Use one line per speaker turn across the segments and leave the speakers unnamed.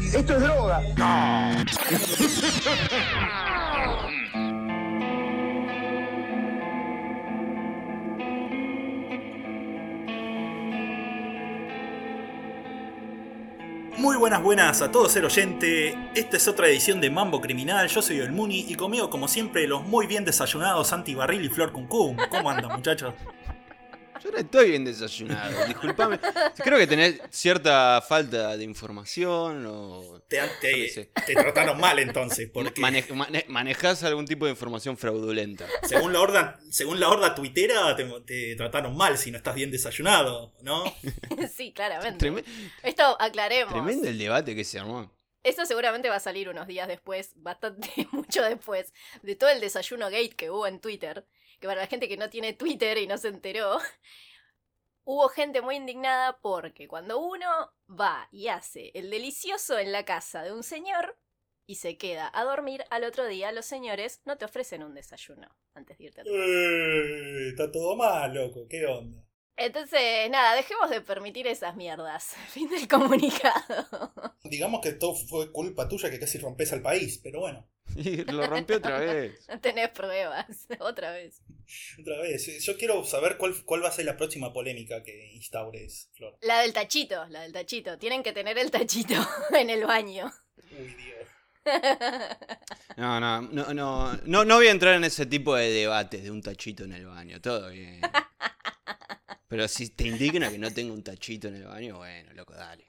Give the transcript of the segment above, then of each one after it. Esto es droga.
Muy buenas, buenas a todos el oyente. Esta es otra edición de Mambo Criminal. Yo soy el Muni y conmigo, como siempre, los muy bien desayunados Santi Barril y Flor Cuncum. ¿Cómo andan, muchachos?
Yo no estoy bien desayunado, disculpame. Creo que tenés cierta falta de información o...
Te,
yo qué
te,
sé.
te trataron mal entonces, porque
Mane- mane- manejás algún tipo de información fraudulenta.
según la horda, según la horda tuitera, te, te trataron mal si no estás bien desayunado, ¿no?
sí, claramente.
Treme-
Esto aclaremos.
tremendo el debate que se armó.
Eso seguramente va a salir unos días después, bastante mucho después, de todo el desayuno gate que hubo en Twitter. Que para la gente que no tiene Twitter y no se enteró, hubo gente muy indignada porque cuando uno va y hace el delicioso en la casa de un señor y se queda a dormir, al otro día los señores no te ofrecen un desayuno antes de irte a tu
Eh, está todo mal, loco, ¿qué onda?
Entonces, nada, dejemos de permitir esas mierdas. Fin del comunicado.
Digamos que todo fue culpa tuya que casi rompes al país, pero bueno.
Y lo rompió otra vez.
No tenés pruebas, otra vez.
Otra vez, yo quiero saber cuál, cuál va a ser la próxima polémica que instaures, Flor.
La del tachito, la del tachito. Tienen que tener el tachito en el baño.
Uy, Dios.
No, no, no, no, no, no voy a entrar en ese tipo de debates de un tachito en el baño, todo bien. Pero si te indigna que no tenga un tachito en el baño, bueno, loco, dale.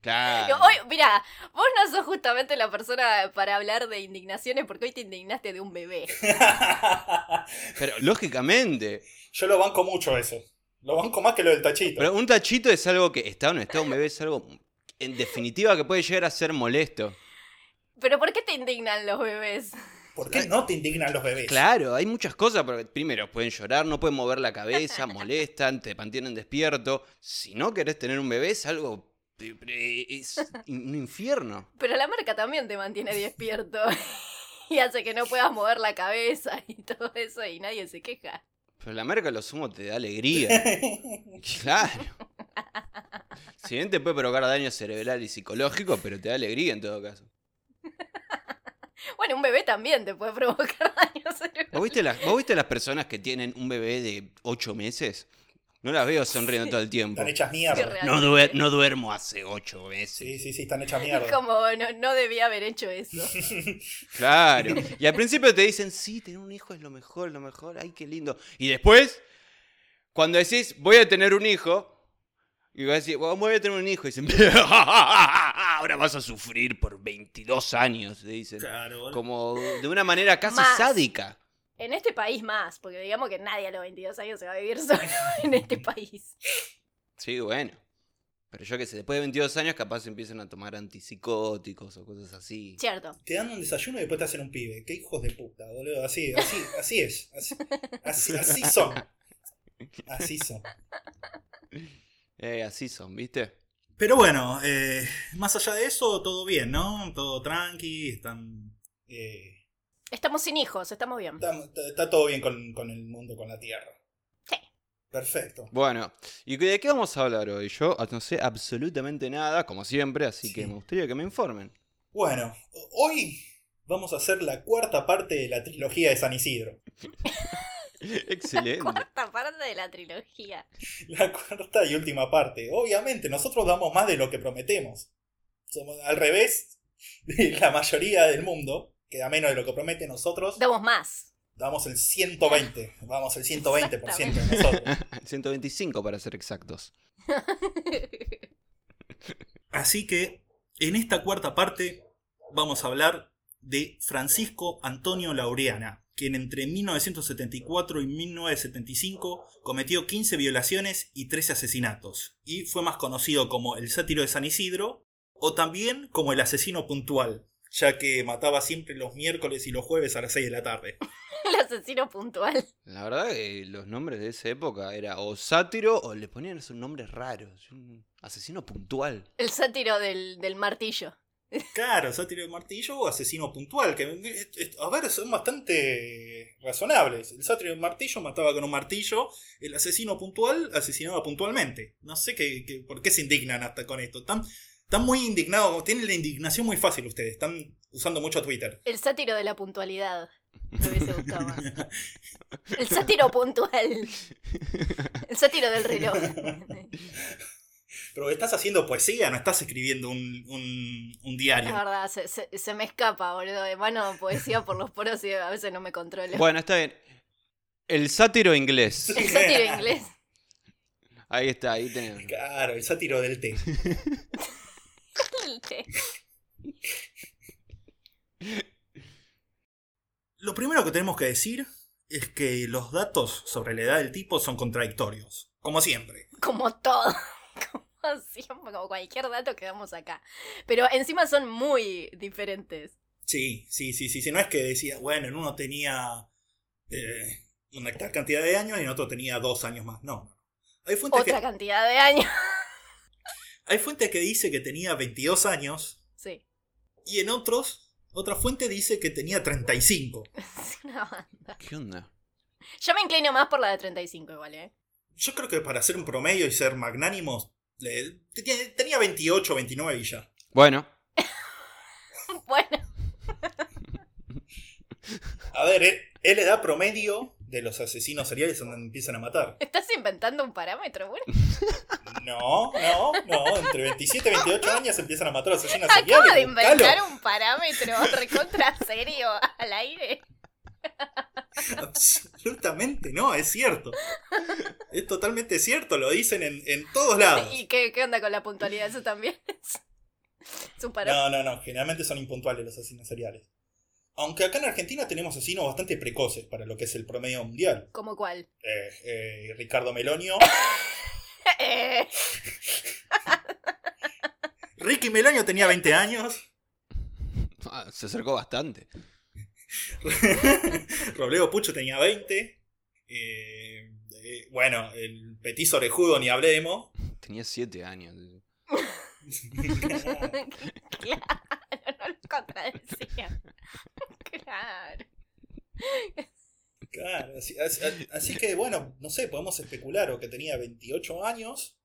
Claro.
Hoy, mira, vos no sos justamente la persona para hablar de indignaciones porque hoy te indignaste de un bebé.
Pero lógicamente,
Yo lo banco mucho eso. Lo banco más que lo del tachito.
pero un tachito es algo que está o no está un bebé, es algo en definitiva que puede llegar a ser molesto.
Pero ¿por qué te indignan los bebés?
¿Por qué no te indignan los bebés?
Claro, hay muchas cosas, porque primero pueden llorar, no pueden mover la cabeza, molestan, te mantienen despierto. Si no querés tener un bebé, es algo. Es un infierno.
Pero la marca también te mantiene despierto y hace que no puedas mover la cabeza y todo eso y nadie se queja.
Pero la marca, lo sumo, te da alegría. Claro. Si bien te puede provocar daño cerebral y psicológico, pero te da alegría en todo caso.
Bueno, un bebé también te puede provocar daño cerebral.
¿Vos viste, las, vos viste las personas que tienen un bebé de 8 meses? No las veo sonriendo todo el tiempo.
Están hechas
Qué
mierda.
re-
No, duer- no duermo hace 8 meses.
Sí, sí, sí, están hechas
Es
mierda.
como, no, no debía haber hecho eso.
Claro. Y al principio te dicen, sí, tener un hijo es lo mejor, lo mejor, ay, qué lindo. Y después, cuando decís, voy a tener un hijo, y vas a decir, "Bueno, voy a tener un hijo, y dicen, ahora vas a sufrir por 22 años, te dicen.
Claro, boludo.
Como de una manera casi
Más.
sádica.
En este país más, porque digamos que nadie a los 22 años se va a vivir solo en este país.
Sí, bueno. Pero yo qué sé, después de 22 años capaz empiezan a tomar antipsicóticos o cosas así.
Cierto.
Te dan un desayuno y después te hacen un pibe. Qué hijos de puta, boludo. Así, así, así es. Así, así, así son. Así son.
Eh, así son, ¿viste?
Pero bueno, eh, más allá de eso, todo bien, ¿no? Todo tranqui, están...
Eh,
Estamos sin hijos, estamos bien.
está, está- está todo bien con, con el mundo, con la tierra.
Sí.
Perfecto.
Bueno, ¿y de qué vamos a hablar hoy? Yo ah, no sé absolutamente nada, como siempre, así que
Sí.
me gustaría que me informen.
Bueno, hoy vamos a hacer la cuarta parte de la trilogía de San Isidro.
Excelente.
Cuarta parte de la trilogía.
La cuarta y última parte. Obviamente, nosotros damos más de lo que prometemos. Somos al revés de la mayoría del mundo, que da menos de lo que promete nosotros.
Damos más.
Damos el 120. Vamos el 120% de nosotros.
125 para ser exactos.
Así que, en esta cuarta parte, vamos a hablar de Francisco Antonio Laureana, quien entre 1974 y 1975 cometió 15 violaciones y 13 asesinatos, y fue más conocido como el sátiro de San Isidro, o también como el asesino puntual,
Ya que mataba siempre los miércoles y los jueves a las 6 de la tarde.
El asesino puntual.
La verdad que los nombres de esa época era o sátiro o le ponían esos nombres raros. Un asesino puntual.
El sátiro del, del martillo.
Claro, sátiro de martillo o asesino puntual. Que, eh, eh, a ver, son bastante razonables. El sátiro de martillo mataba con un martillo. El asesino puntual asesinaba puntualmente. No sé qué, qué- por qué se indignan hasta con esto. Tan, Están muy indignados, tienen la indignación muy fácil ustedes, están usando mucho Twitter.
El sátiro de la puntualidad. Me hubiese gustado más. El sátiro puntual. El sátiro del reloj.
Pero estás haciendo poesía, no estás escribiendo un, un- un
La
diario.
verdad, se, se- se me escapa, boludo. De mano poesía por los poros y a veces no me controlo.
Bueno, está bien. El sátiro inglés.
El sátiro inglés.
Ahí está, ahí tenemos.
Claro, el sátiro del té. Lo primero que tenemos que decir es que los datos sobre la edad del tipo son contradictorios, como siempre.
Como todo. Como siempre, como cualquier dato que damos acá. Pero encima son muy diferentes.
Sí, sí, sí, sí, sí, no es que decía, bueno, en uno tenía eh, una tal cantidad de años y en otro tenía dos años más. No. Hay fuentes,
Otra
que,
cantidad de años.
hay fuentes que dice que tenía 22 años
Sí.
y en otros, otra fuente dice que tenía 35.
Es una banda.
¿Qué onda?
Yo me inclino más por la de 35 igual, ¿eh?
Yo creo que para ser un promedio y ser magnánimos, le- tenía, tenía 28, 29 y ya.
Bueno,
Bueno,
A ver, es- es la edad promedio de los asesinos seriales donde empiezan a matar.
estás inventando un parámetro, bueno.
No, no, no. Entre 27 y 28 años empiezan a matar a asesinos
Acabo
seriales.
de
buscalo.
inventar un parámetro recontra serio al aire.
Absolutamente no, es cierto. Es totalmente cierto, lo dicen en, en todos lados.
¿Y qué, qué onda con la puntualidad? Eso también es, es un parámetro.
No, no, no. Generalmente son impuntuales los asesinos seriales. Aunque acá en Argentina tenemos asesinos bastante precoces para lo que es el promedio mundial.
¿Cómo cuál?
Eh, eh, Ricardo Melonio.
Eh,
Ricky Melonio tenía 20 años.
Ah, se acercó bastante.
Robledo Pucho tenía 20. Eh, eh, bueno, el petizo orejudo ni hablemos.
Tenía siete años.
claro, no lo contradecía. Claro.
Claro, así, así- así que bueno, no sé, podemos especular o que tenía 28 años,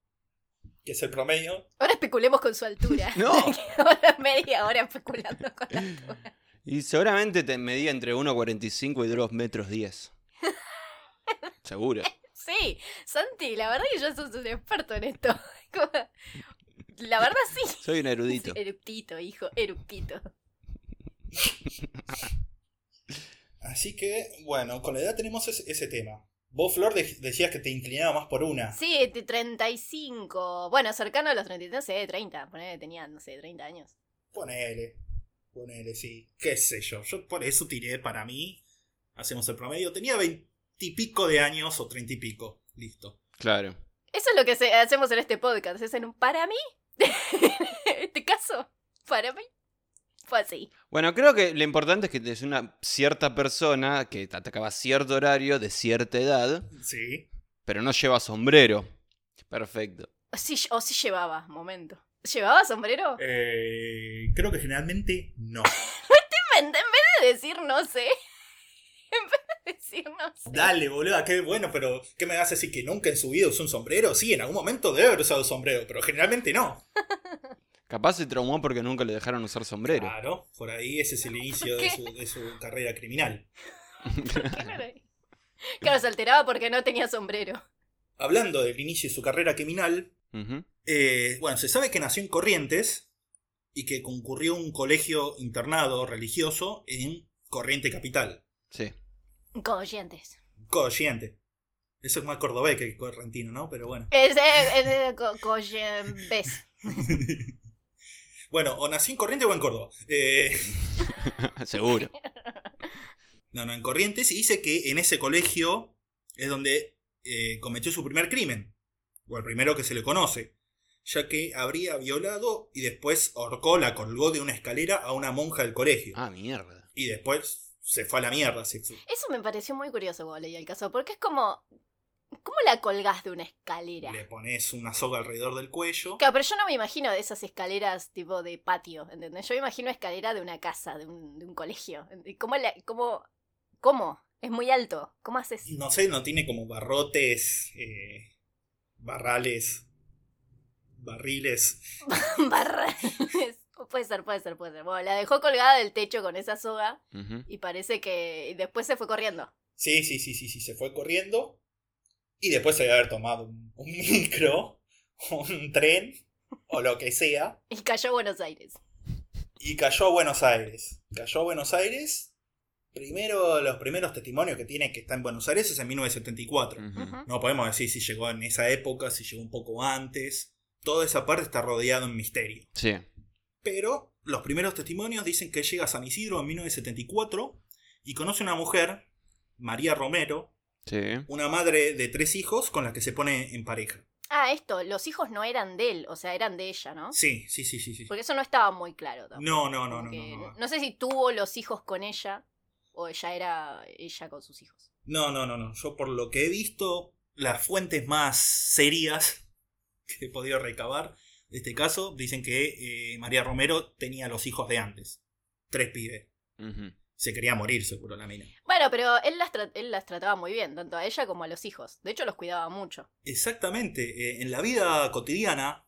que es el promedio.
Ahora especulemos con su altura.
¡No!
Ahora media hora especulando con la altura.
Y seguramente te medía entre 1,45 y 2 metros 10. Seguro.
Sí, Santi, la verdad que yo sos un experto en esto. Como- La verdad sí.
Soy un erudito.
Sí, Eruptito, hijo, eruptito.
Así que bueno, con la edad tenemos ese, ese tema. Vos, Flor, de- decías que te inclinaba más por una.
Sí, este, t- 35. Bueno, cercano a los 33, no sé, 30. Ponele, tenía, no sé, 30 años.
Ponele, ponele, sí. Qué sé yo, yo por eso tiré para mí. Hacemos el promedio. Tenía 20 y pico de años o 30 y pico. Listo.
Claro.
Eso es lo que se- hacemos en este podcast. Es en un para mí. En este caso, para mí. Fue así.
Bueno, creo que lo importante es que es una cierta persona que te atacaba cierto horario de cierta edad,
Sí.
pero no lleva sombrero. Perfecto.
O sí, o sí llevaba, momento. ¿Llevaba sombrero?
Eh, creo que generalmente no.
En en vez de decir no sé. En vez de decir no sé.
Dale, boludo, qué bueno, pero ¿qué me hace decir que nunca en su vida usó un sombrero? Sí, en algún momento debe haber usado sombrero, pero generalmente no.
Capaz se traumó porque nunca le dejaron usar sombrero.
Claro, por ahí ese es el inicio de
¿Qué?
su, de su carrera criminal.
Claro. Claro, se alteraba porque no tenía sombrero.
Hablando del inicio de su carrera criminal,
Ujú.
eh, bueno, se sabe que nació en Corrientes y que concurrió a un colegio internado religioso en Corriente Capital.
Sí.
Conscientes.
Corriente. Eso es más cordobés que correntino, ¿no? Pero bueno.
Es, es, es co- coyembes.
Bueno, o nació en Corriente o en Córdoba. Eh,
Seguro.
No, no, en Corrientes y dice que en ese colegio es donde eh, cometió su primer crimen, o el primero que se le conoce, ya que habría violado y después ahorcó, la colgó de una escalera a una monja del colegio.
Ah, mierda.
Y después se fue a la mierda. se fue.
Eso me pareció muy curioso cuando leí el caso, porque es como. ¿Cómo la colgás de una escalera?
Le pones una soga alrededor del cuello.
Claro, pero yo no me imagino de esas escaleras tipo de patio, ¿entendés? Yo me imagino escalera de una casa, de un, de un colegio. ¿Y ¿Cómo, la, cómo, ¿Cómo? Es muy alto. ¿Cómo haces?
No sé, no tiene como barrotes, eh, barrales barriles.
Barriles. puede ser, puede ser, puede ser. Bueno, la dejó colgada del techo con esa soga
Ujú.
y parece que después se fue corriendo.
Sí, sí, sí, sí, sí, se fue corriendo. Y después se debe haber tomado un, un micro, un tren, o lo que sea.
Y cayó a Buenos Aires.
Y cayó a Buenos Aires. Cayó a Buenos Aires. Primero, los primeros testimonios que tiene que está en Buenos Aires es en 1974.
Ujú.
No podemos decir si llegó en esa época, si llegó un poco antes. Toda esa parte está rodeada en misterio.
Sí.
Pero los primeros testimonios dicen que llega a San Isidro en 1974 y conoce una mujer, María Romero,
Sí.
una madre de tres hijos con la que se pone en pareja.
Ah, esto, los hijos no eran de él, o sea, eran de ella, ¿no?
Sí, sí, sí, sí. sí.
Porque eso no estaba muy claro. tampoco.
No, no, no,
Como
no,
que-
no, no.
sé si tuvo los hijos con ella o ella era ella con sus hijos.
No, no, no, no. Yo por lo que he visto, las fuentes más serias que he podido recabar de este caso dicen que eh, María Romero tenía los hijos de antes. Tres pibes.
Ujú.
Se quería morir, seguro, la mina.
Bueno, pero él las, tra- él las trataba muy bien, tanto a ella como a los hijos. De hecho, los cuidaba mucho.
Exactamente. eh, en la vida cotidiana,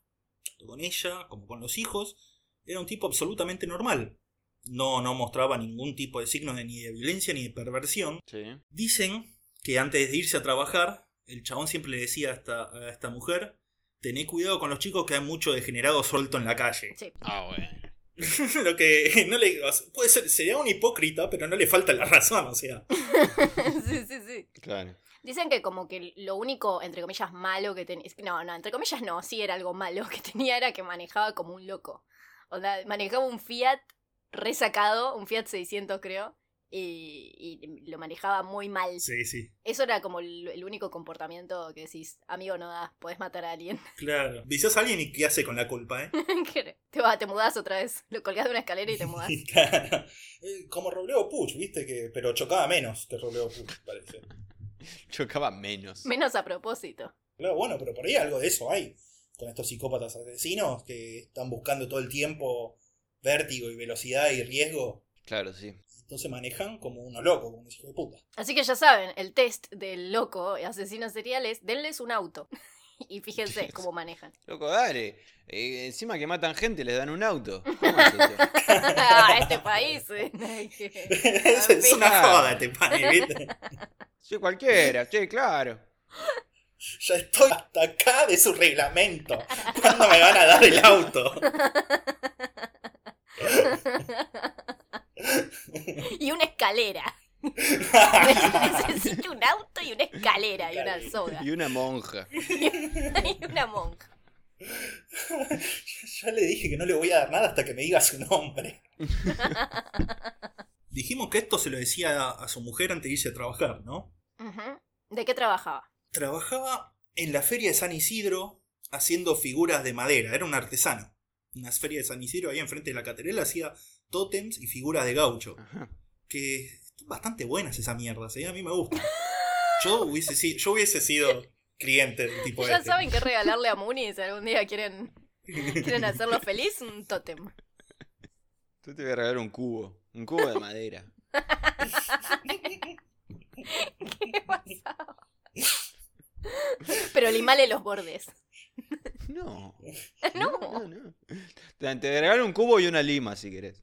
tanto con ella como con los hijos, era un tipo absolutamente normal. No, no mostraba ningún tipo de signo de, ni de violencia ni de perversión.
Sí.
Dicen que antes de irse a trabajar, el chabón siempre le decía a esta, a esta mujer, tené cuidado con los chicos que hay mucho degenerado suelto en la calle.
Sí.
Ah, bueno.
Lo que no le o sea, puede ser, sería un hipócrita, pero no le falta la razón, o sea.
sí, sí, sí.
Claro.
Dicen que como que lo único, entre comillas, malo que tenía... No, no, entre comillas no, sí era algo malo que tenía, era que manejaba como un loco. O sea, manejaba un Fiat resacado, un Fiat 600 creo, y, y lo manejaba muy mal.
Sí, sí.
Eso era como el, el único comportamiento que decís, amigo, no da, podés matar a alguien.
Claro. Visás a alguien y qué hace con la culpa, ¿eh?
Que te vas, te mudás otra vez, lo colgás de una escalera y te mudás.
Claro. Eh, Como Robleo Puch, viste que. Pero chocaba menos que Robleo Puch, parece.
Chocaba menos.
Menos a propósito.
Claro, bueno, pero por ahí algo de eso hay. Con estos psicópatas asesinos que están buscando todo el tiempo vértigo y velocidad y riesgo.
Claro, sí.
Entonces manejan como unos locos, como unos hijos de puta.
Así que ya saben, el test del loco asesino serial es denles un auto. Y fíjense cómo manejan.
Loco, dale. Eh, encima que matan gente, les dan un auto. ¿Cómo es eso?
a este país. eh. Ay, qué-
es, es una
Claro.
joda este pane, ¿viste?
Sí, cualquiera. Sí, claro.
Ya estoy hasta acá de su reglamento. ¿Cuándo me van a dar el auto?
Y una escalera. Necesito un auto y una escalera y una soga.
Y una monja.
Y una monja.
Ya le dije que no le voy a dar nada hasta que me diga su nombre. Dijimos que esto se lo decía a, a su mujer antes de irse a trabajar, ¿no?
Ujú. ¿De qué trabajaba?
Trabajaba en la feria de San Isidro haciendo figuras de madera, era un artesano. En la feria de San Isidro, ahí enfrente de la catedral, hacía tótems y figuras de gaucho.
Ajá.
Que están bastante buenas esas mierdas, ¿eh? a mí me gustan. Yo hubiese, si- yo hubiese sido cliente del tipo
ya
este.
saben qué regalarle a Muni si algún día quieren, quieren hacerlo feliz, un tótem.
Tú te voy a regalar un cubo. Un cubo de madera.
¿Qué pasaba? Pero limale los bordes.
No.
No.
No, no. Te te regalo un cubo y una lima si querés.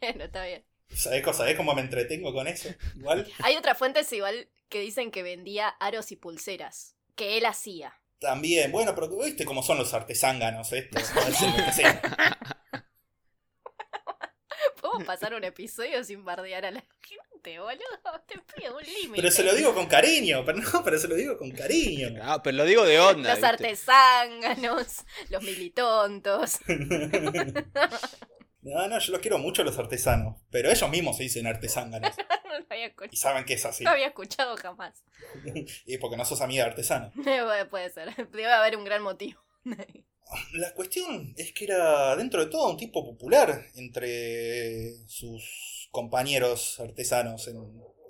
Bueno, está bien.
¿Sabés, co- sabés cómo me entretengo con eso? Igual
Hay otras fuentes igual que dicen que vendía aros y pulseras. Que él hacía.
también, bueno, pero viste cómo son los artesánganos estos. Hacen lo que sea.
¿Podemos pasar un episodio sin bardear a la gente, boludo? Te pido un límite.
Pero se lo digo con cariño, pero no, pero se lo digo con cariño.
Ah, pero lo digo de onda.
Los
¿viste?
artesanganos, los militontos.
No, no, yo los quiero mucho a los artesanos, pero ellos mismos se dicen artesánganos
No lo había
y
escuchado.
saben que es así.
No había escuchado jamás.
Y porque no sos amiga de artesano.
Puede puede ser. Debe haber un gran motivo.
La cuestión es que era dentro de todo un tipo popular entre sus compañeros artesanos en,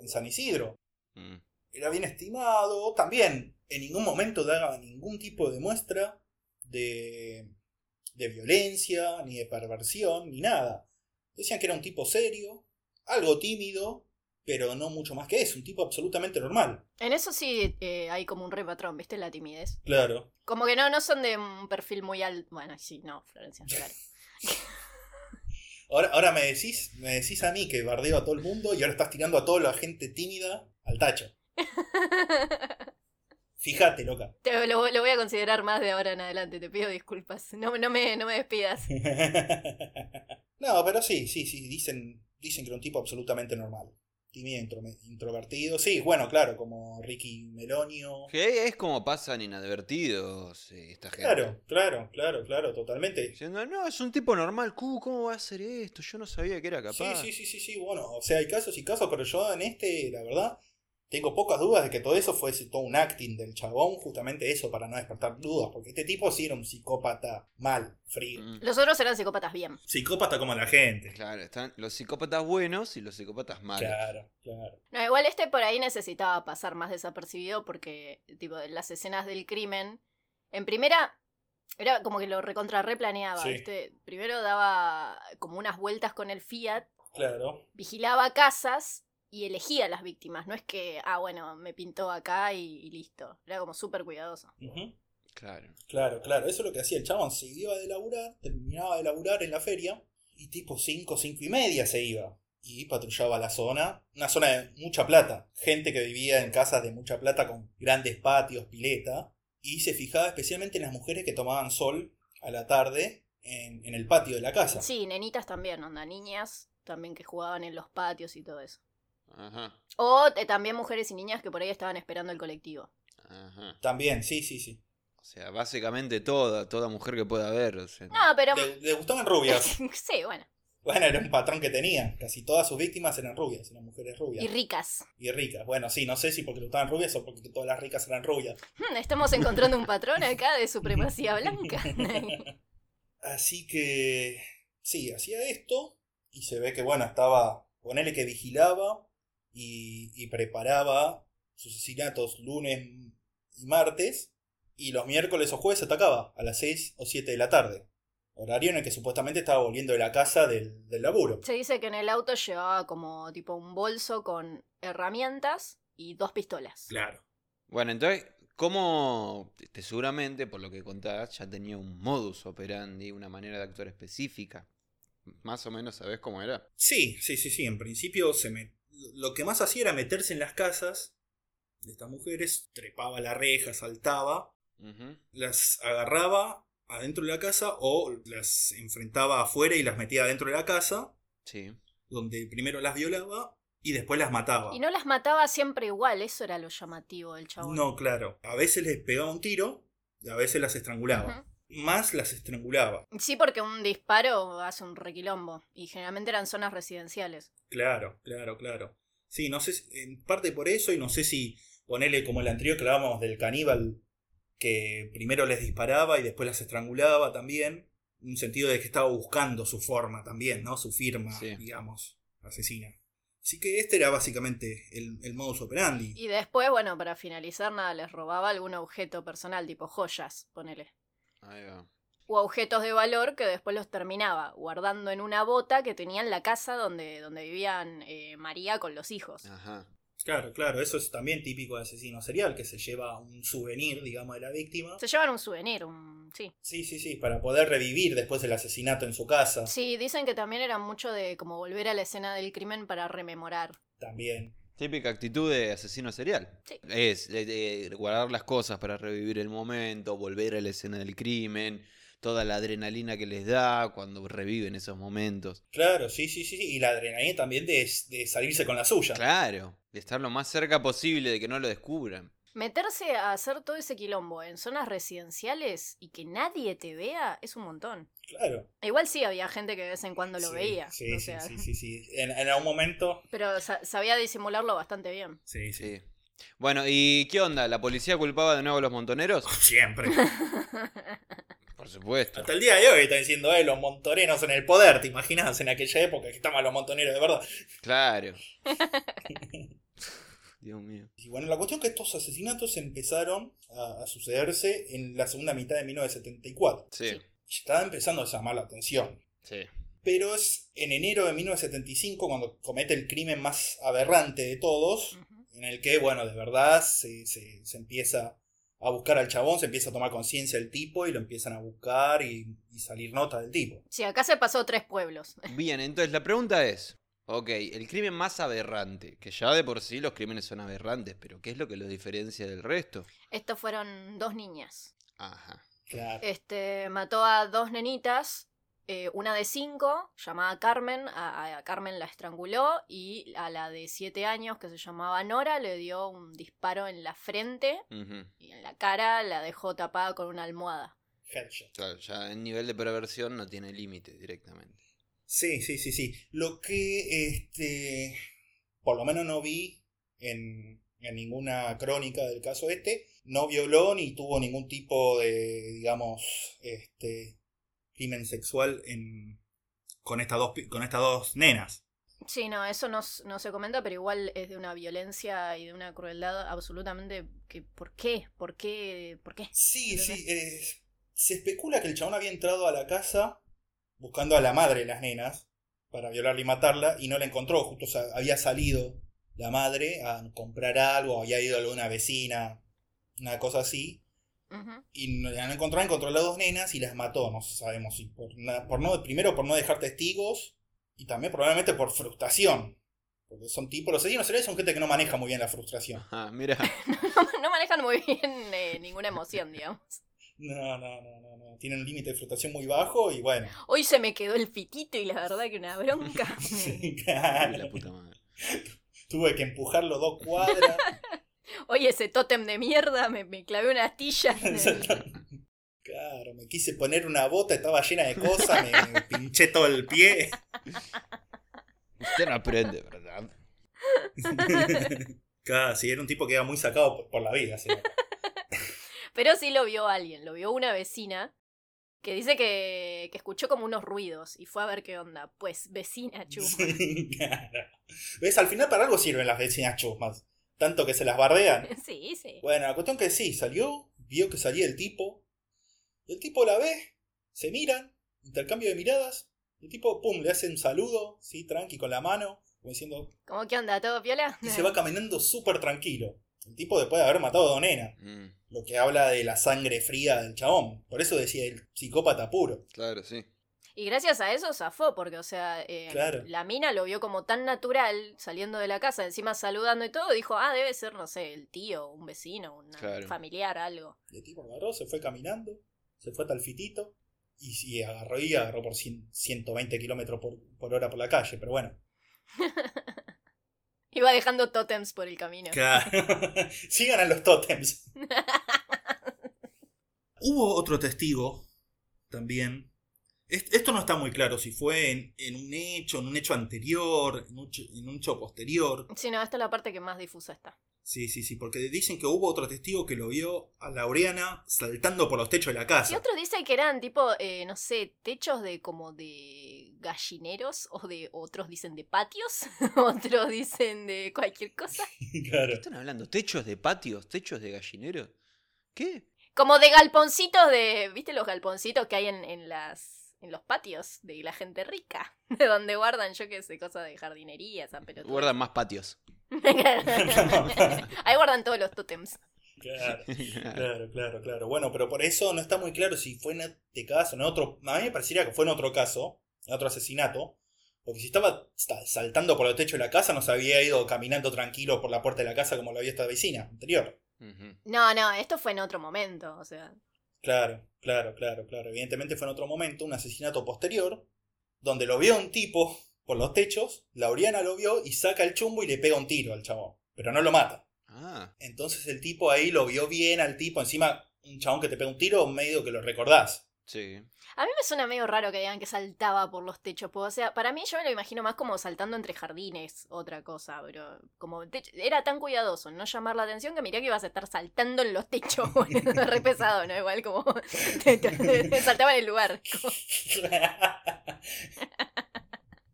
en San Isidro.
Mm.
Era bien estimado, también en ningún momento daba ningún tipo de muestra de, de violencia, ni de perversión, ni nada. Decían que era un tipo serio, algo tímido, pero no mucho más que eso, un tipo absolutamente normal.
En eso sí eh, hay como un repatrón, ¿viste? La timidez.
Claro.
Como que no, no son de un perfil muy alto. Bueno, sí, no, Florencia, claro.
Ahora, ahora me decís, me decís a mí que bardeo a todo el mundo y ahora estás tirando a toda la gente tímida al tacho. Fíjate, loca.
Te- lo, lo voy a considerar más de ahora en adelante, te pido disculpas. No, no, me, no me despidas.
no, pero sí, sí, sí, dicen, dicen que era un tipo absolutamente normal. Tímido, intro- introvertido. Sí, bueno, claro, como Ricky Melonio.
Que es como pasan inadvertidos eh, esta gente.
Claro, claro, claro, claro, totalmente.
Diciendo, no, es un tipo normal, Q, ¿cómo va a hacer esto? Yo no sabía que era
Sí,
capaz.
sí, sí, sí, sí, bueno, o sea, hay casos y casos, pero yo en este, la verdad, tengo pocas dudas de que todo eso fuese todo un acting del chabón, justamente eso, para no despertar dudas, porque este tipo sí era un psicópata mal, frío.
Mm.
Los otros eran psicópatas bien.
Psicópata como la gente.
Claro, están los psicópatas buenos y los psicópatas malos.
Claro, claro.
No, igual este por ahí necesitaba pasar más desapercibido porque, tipo, las escenas del crimen. En primera, era como que lo recontra replaneaba,
Sí.
¿viste? Primero daba como unas vueltas con el Fiat,
Claro.
vigilaba casas y elegía a las víctimas. No es que, ah, bueno, me pintó acá y, y listo. Era como súper cuidadoso.
Ujú.
Claro.
Claro, claro. Eso es lo que hacía el chabón. Se iba de laburar, terminaba de laburar en la feria, y tipo 5, 5 y media se iba. Y patrullaba la zona, una zona de mucha plata. Gente que vivía en casas de mucha plata con grandes patios, pileta. Y se fijaba especialmente en las mujeres que tomaban sol a la tarde en, en el patio de la casa.
Sí, nenitas también, onda, niñas también que jugaban en los patios y todo eso.
Ajá.
O eh, también mujeres y niñas que por ahí estaban esperando el colectivo.
Ajá.
También, sí, sí, sí.
O sea, básicamente toda, toda mujer que pueda haber. o sea,
No, pero...
Le, le gustaban rubias.
sí, bueno.
Bueno, era un patrón que tenía. Casi todas sus víctimas eran rubias, eran mujeres
Y
rubias.
ricas.
Y ricas. Bueno, sí, no sé si porque le gustaban rubias o porque todas las ricas eran rubias.
Hmm, Estamos encontrando un patrón acá de supremacía blanca.
Así que sí, hacía esto y se ve que bueno, estaba, ponele que vigilaba y, y preparaba sus asesinatos lunes y martes y los miércoles o jueves atacaba a las 6 o 7 de la tarde, horario en el que supuestamente estaba volviendo de la casa del, del laburo.
Se dice que en el auto llevaba como tipo un bolso con herramientas y dos pistolas.
Claro.
Bueno, entonces, ¿cómo? Te, seguramente, por lo que contás, ya tenía un modus operandi, una manera de actuar específica. Más o menos sabés cómo era.
Sí, sí, sí, sí, en principio se me... lo que más hacía era meterse en las casas de estas mujeres, trepaba la reja, saltaba
Ujú.
las agarraba adentro de la casa o las enfrentaba afuera y las metía adentro de la casa,
Sí.
donde primero las violaba y después las mataba.
Y no las mataba siempre igual, eso era lo llamativo del chabón.
No, claro. A veces les pegaba un tiro y a veces las estrangulaba. Más las estrangulaba.
Sí, porque un disparo hace un requilombo. Y generalmente eran zonas residenciales.
Claro, claro, claro. Sí, no sé, si- en parte por eso y no sé si ponerle como el anterior que hablábamos del caníbal, que primero les disparaba y después las estrangulaba también, en un sentido de que estaba buscando su forma también, ¿no? Su firma,
Sí.
digamos, asesina. Así que este era básicamente el, el modus operandi.
Y después, bueno, para finalizar, nada, les robaba algún objeto personal, tipo joyas, ponele.
Ahí va.
O objetos de valor que después los terminaba guardando en una bota que tenía en la casa donde, donde vivían eh, María con los hijos.
Ah.
Ajá.
Claro, claro, eso es también típico de asesino serial, que se lleva un souvenir, digamos, de la víctima.
Se llevan un souvenir, un... sí.
Sí, sí, sí, para poder revivir después del asesinato en su casa.
Sí, dicen que también era mucho de como volver a la escena del crimen para rememorar.
También.
Típica actitud de asesino serial.
Sí.
Es eh, eh, guardar las cosas para revivir el momento, volver a la escena del crimen, toda la adrenalina que les da cuando reviven esos momentos.
Claro, sí, sí, sí. sí. Y la adrenalina también de, de salirse con la suya.
Claro, de estar lo más cerca posible de que no lo descubran.
Meterse a hacer todo ese quilombo en zonas residenciales y que nadie te vea es un montón.
Claro.
Igual sí había gente que de vez en cuando lo
Sí,
veía.
Sí,
o
sí,
sea,
sí, sí, sí. En, en algún momento.
Pero sa- sabía disimularlo bastante bien.
Sí, sí.
Sí. Bueno, ¿y qué onda? ¿La policía culpaba de nuevo a los montoneros?
Siempre.
Por supuesto.
Hasta el día de hoy están diciendo, eh, los montoneros en el poder. ¿Te imaginas en aquella época que estaban los montoneros de verdad?
Claro. Dios mío.
Y bueno, la cuestión es que estos asesinatos empezaron a, a sucederse en la segunda mitad de 1974.
Sí.
Sí.
Y estaba empezando a llamar la atención.
Sí.
Pero es en enero de 1975 cuando comete el crimen más aberrante de todos,
Ujú.
en el que, bueno, de verdad se, se- se empieza a buscar al chabón, se empieza a tomar conciencia el tipo y lo empiezan a buscar y, y salir nota del tipo.
Sí, acá se pasó tres pueblos.
Bien, entonces la pregunta es, ok, el crimen más aberrante, que ya de por sí los crímenes son aberrantes, pero ¿qué es lo que los diferencia del resto?
Estos fueron dos niñas.
Ajá.
Claro.
Este, mató a dos nenitas, eh, una de cinco, llamada Carmen, a, a Carmen la estranguló y a la de siete años, que se llamaba Nora, le dio un disparo en la frente
Ujú.
y en la cara la dejó tapada con una almohada.
Headshot.
Claro, ya el nivel de perversión no tiene límite directamente.
Sí, sí, sí, sí. Lo que, este, por lo menos no vi en, en ninguna crónica del caso este, no violó ni tuvo ningún tipo de, digamos, este, crimen sexual en, con, estas dos, pi- con estas dos nenas.
Sí, no, eso no, s- no se comenta, pero igual es de una violencia y de una crueldad absolutamente que ¿por qué? ¿Por qué? ¿Por qué?
Sí,
Pero
sí, eh, se especula que el chabón había entrado a la casa buscando a la madre de las nenas para violarla y matarla y no la encontró, justo sa- había salido la madre a comprar algo, había ido a alguna vecina, una cosa así,
Ujú.
y no la no encontró, encontró a las dos nenas y las mató, no sabemos si por, na- por no, primero por no dejar testigos y también probablemente por frustración, porque son tipos, los asesinos seriales son gente que no maneja muy bien la frustración.
Ajá, Ah, mira,
No manejan muy bien eh, ninguna emoción, digamos.
No, no, no, no, no, tienen un límite de frustración muy bajo y bueno.
Hoy se me quedó el pitito y la verdad que una bronca.
Sí,
la
claro.
puta madre.
Tuve que empujarlo dos cuadras.
Hoy ese tótem de mierda me, me clavé una astilla.
claro, me quise poner una bota, estaba llena de cosas, me, me pinché todo el pie.
Usted no aprende, ¿verdad?
claro, sí, era un tipo que era muy sacado por, por la vida. sí.
Pero sí lo vio alguien, lo vio una vecina que dice que, que escuchó como unos ruidos y fue a ver qué onda. Pues vecina chuma.
Sí, claro. ¿Ves? Al final para algo sirven las vecinas chusmas. Tanto que se las bardean.
Sí, sí.
Bueno, la cuestión que sí, salió, vio que salía el tipo. El tipo la ve, se miran, intercambio de miradas. El tipo, pum, le hace un saludo, sí, tranqui, con la mano, como diciendo,
¿Cómo que onda? ¿Todo piola?
y se va caminando súper tranquilo. El tipo después de haber matado a Donena,
Mm,
lo que habla de la sangre fría del chabón. Por eso decía el psicópata puro.
claro, sí.
Y gracias a eso zafó, porque, o sea, eh,
Claro.
la mina lo vio como tan natural, saliendo de la casa, encima saludando y todo, dijo, ah, debe ser, no sé, el tío, un vecino, un
Claro.
familiar, algo.
Y el tipo agarró, se fue caminando, se fue hasta el fitito y, y agarró y agarró por cien- 120 kilómetros por, por hora por la calle, pero bueno.
Iba dejando tótems por el camino.
Sigan a los tótems. Hubo otro testigo también. Est- Esto no está muy claro si fue en, en un hecho, en un hecho anterior, en un hecho- en un hecho posterior.
Sí, no, esta es la parte que más difusa está.
Sí, sí, sí, porque dicen que hubo otro testigo que lo vio a Laureana saltando por los techos de la
Y
casa.
otros dicen que eran tipo, eh, no sé, techos de como de gallineros o de otros dicen de patios, otros dicen de cualquier cosa.
¿Qué
Claro.
están hablando? ¿Techos de patios? ¿Techos de gallinero? ¿Qué?
Como de galponcitos de, ¿viste los galponcitos que hay en, en las en los patios de la gente rica? De donde guardan, yo qué sé, cosas de jardinería, San Pedro.
Guardan más patios.
Ahí guardan todos los tótems.
Claro, claro, claro, claro. Bueno, pero por eso no está muy claro si fue en este caso, en otro. A mí me parecería que fue en otro caso, en otro asesinato. Porque si estaba sa- saltando por los techos de la casa, no se había ido caminando tranquilo por la puerta de la casa como lo había esta vecina anterior.
Ujú.
No, no, esto fue en otro momento, o sea.
Claro, claro, claro, claro. Evidentemente fue en otro momento, un asesinato posterior, donde lo vio un tipo por los techos, Laureana lo vio y saca el chumbo y le pega un tiro al chabón, pero no lo mata.
Ah,
Entonces el tipo ahí lo vio bien al tipo, encima un chabón que te pega un tiro, medio que lo recordás.
sí.
A mí me suena medio raro que digan que saltaba por los techos. po. O sea, para mí yo me lo imagino más como saltando entre jardines, otra cosa, pero como te- era tan cuidadoso no llamar la atención que mirá que ibas a estar saltando en los techos, boludo. Re pesado, ¿no? Igual como te- te- saltaba en el lugar. como-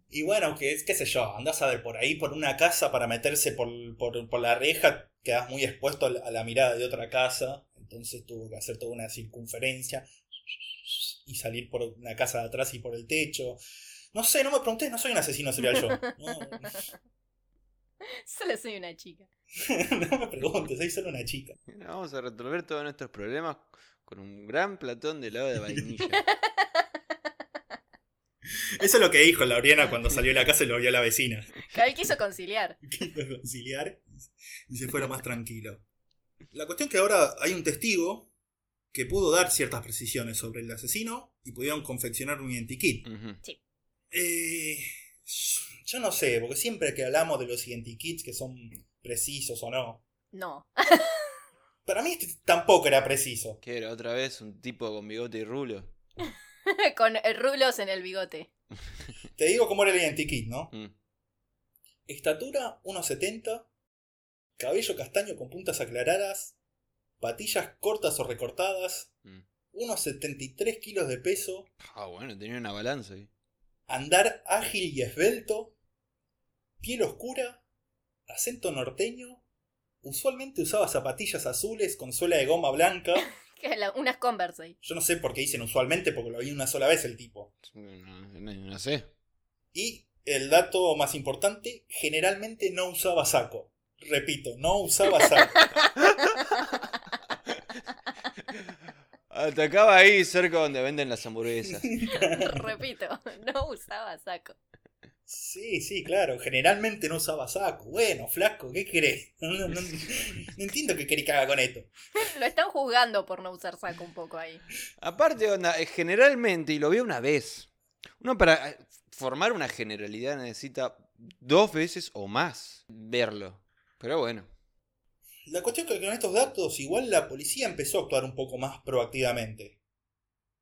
y bueno, que es, qué sé yo, andás a ver por ahí, por una casa para meterse por, por- por la reja, quedás muy expuesto a la, a la mirada de otra casa, entonces tuvo que hacer toda una circunferencia y salir por una casa de atrás y por el techo. No sé, no me preguntes, no soy un asesino serial yo. No,
Solo soy una chica.
no me preguntes, soy solo una chica.
Bueno, Vamos a resolver todos nuestros problemas con un gran platón de helado de vainilla.
Eso es lo que dijo Lauriana cuando salió de la casa y lo vio a la vecina.
Que él quiso conciliar.
Quiso conciliar y se fuera más tranquilo. La cuestión que ahora hay un testigo que pudo dar ciertas precisiones sobre el asesino y pudieron confeccionar un identikit.
Ujú.
Eh, yo no sé, porque siempre que hablamos de los identikits que son precisos o no,
No.
para mí este tampoco era preciso.
¿Qué era? ¿Otra vez un tipo con bigote y rulo?
Con eh, rulos en el bigote.
Te digo cómo era el identikit, ¿no?
Mm.
Estatura 1,70. Cabello castaño con puntas aclaradas. Patillas cortas o recortadas.
Mm.
1,73 kilos de peso.
Ah, bueno, tenía una balanza ahí.
Andar ágil y esbelto. Piel oscura. Acento norteño. Usualmente usaba zapatillas azules con suela de goma blanca.
Que la- unas Converse ahí.
Yo no sé por qué dicen usualmente porque lo vi una sola vez el tipo.
No, no- no sé.
Y el dato más importante, generalmente no usaba saco. Repito, no usaba saco.
Atacaba Ah, ahí cerca donde venden las hamburguesas.
Repito, no usaba saco.
Sí, sí, claro. Generalmente no usaba saco. Bueno, flaco, ¿qué querés? No, no- no- no entiendo qué querés que haga con esto.
Lo están juzgando por no usar saco un poco ahí.
Aparte, onda, eh, generalmente, y lo vi una vez, uno para eh, formar una generalidad necesita dos veces o más verlo. Pero bueno,
La cuestión es que con estos datos igual la policía empezó a actuar un poco más proactivamente.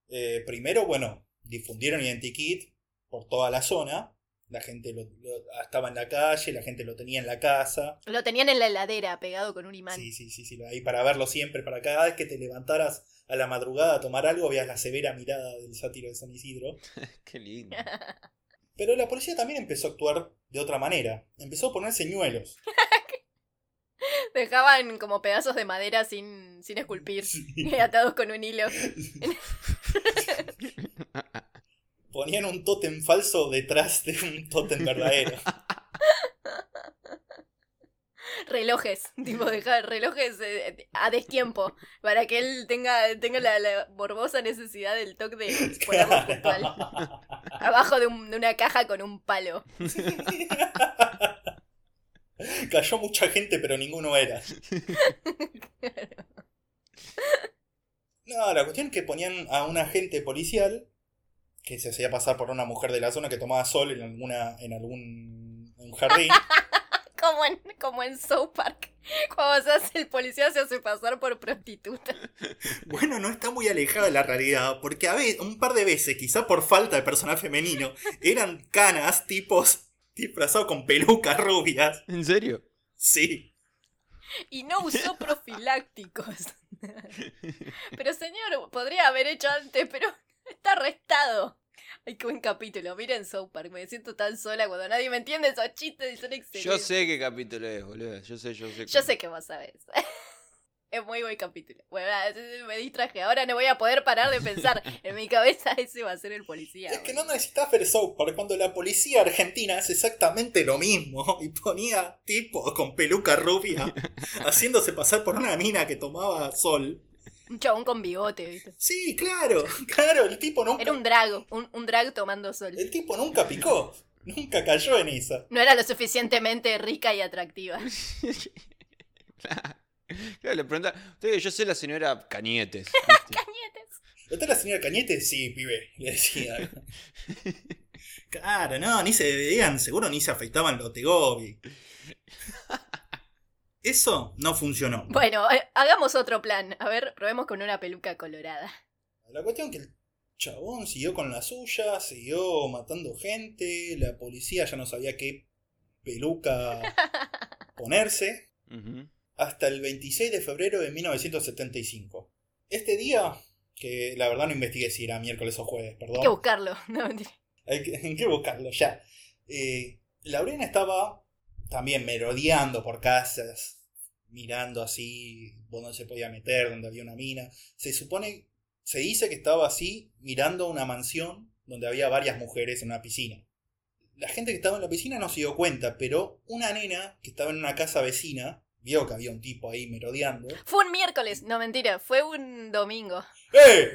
Eh, primero, bueno, difundieron Identikit por toda la zona. La gente lo, lo- estaba en la calle, la gente lo tenía en la casa.
Lo tenían en la heladera pegado con un imán.
Sí, sí, sí, sí, ahí para verlo siempre, para cada vez que te levantaras a la madrugada a tomar algo, veas la severa mirada del sátiro de San Isidro.
qué lindo.
Pero la policía también empezó a actuar de otra manera. Empezó a poner señuelos.
Dejaban como pedazos de madera sin, sin esculpir. y Atados con un hilo.
Ponían un tótem falso detrás de un tótem verdadero.
Relojes. Tipo, dejar relojes eh, a destiempo. Para que él tenga, tenga la, la borbosa necesidad del toque de ponerlo puntual. Abajo de, un- de una caja con un palo.
Cayó mucha gente, pero ninguno era. No, la cuestión es que ponían a un agente policial que se hacía pasar por una mujer de la zona que tomaba sol en alguna en algún en un jardín.
Como en, como en South Park. Cuando se hace el policía se hace pasar por prostituta.
Bueno, no está muy alejada de la realidad, porque a veces, un par de veces, quizá por falta de personal femenino, eran canas, tipos disfrazados con pelucas rubias.
¿En serio?
Sí.
Y no usó profilácticos. Pero señor, podría haber hecho antes, pero está arrestado. Ay, qué buen capítulo. Miren South Park, me siento tan sola cuando nadie me entiende esos chistes y son excelentes.
Yo sé qué capítulo es, boludo. Yo sé, yo sé.
Yo sé que vos sabés. Es muy buen capítulo. Bueno, nada, me distraje. Ahora no voy a poder parar de pensar. En mi cabeza ese va a ser el policía.
Es que
boludo.
no necesitas ver South Park cuando la policía argentina hace exactamente lo mismo y ponía tipos con peluca rubia haciéndose pasar por una mina que tomaba sol.
Un chabón con bigote. ¿viste?
Sí, claro, claro, el tipo nunca,
Era un drag, un, un drag tomando sol.
el tipo nunca picó, nunca cayó en esa.
No era lo suficientemente rica y atractiva.
Claro, le pregunta. "Usted, Yo sé la señora Cañetes.
Cañetes.
¿Lo está la señora Cañete? Sí, pibe, le decía. Claro, no, ni se veían, seguro ni se afeitaban los tegobi. Eso no funcionó.
Bueno, eh, hagamos otro plan. A ver, probemos con una peluca colorada.
La cuestión que el chabón siguió con la suya, siguió matando gente, la policía ya no sabía qué peluca ponerse,
Ujú.
hasta el 26 de febrero de 1975. Este día, que la verdad no investigué si era miércoles o jueves, perdón.
Hay que buscarlo. No, mentira.
Hay que, hay que buscarlo ya. Eh, Laureana estaba también merodeando por casas, mirando así, por dónde se podía meter, donde había una mina. Se supone, se dice que estaba así, mirando una mansión donde había varias mujeres en una piscina. La gente que estaba en la piscina no se dio cuenta, pero una nena que estaba en una casa vecina vio que había un tipo ahí merodeando.
Fue un miércoles, no mentira, fue un domingo.
¡Eh!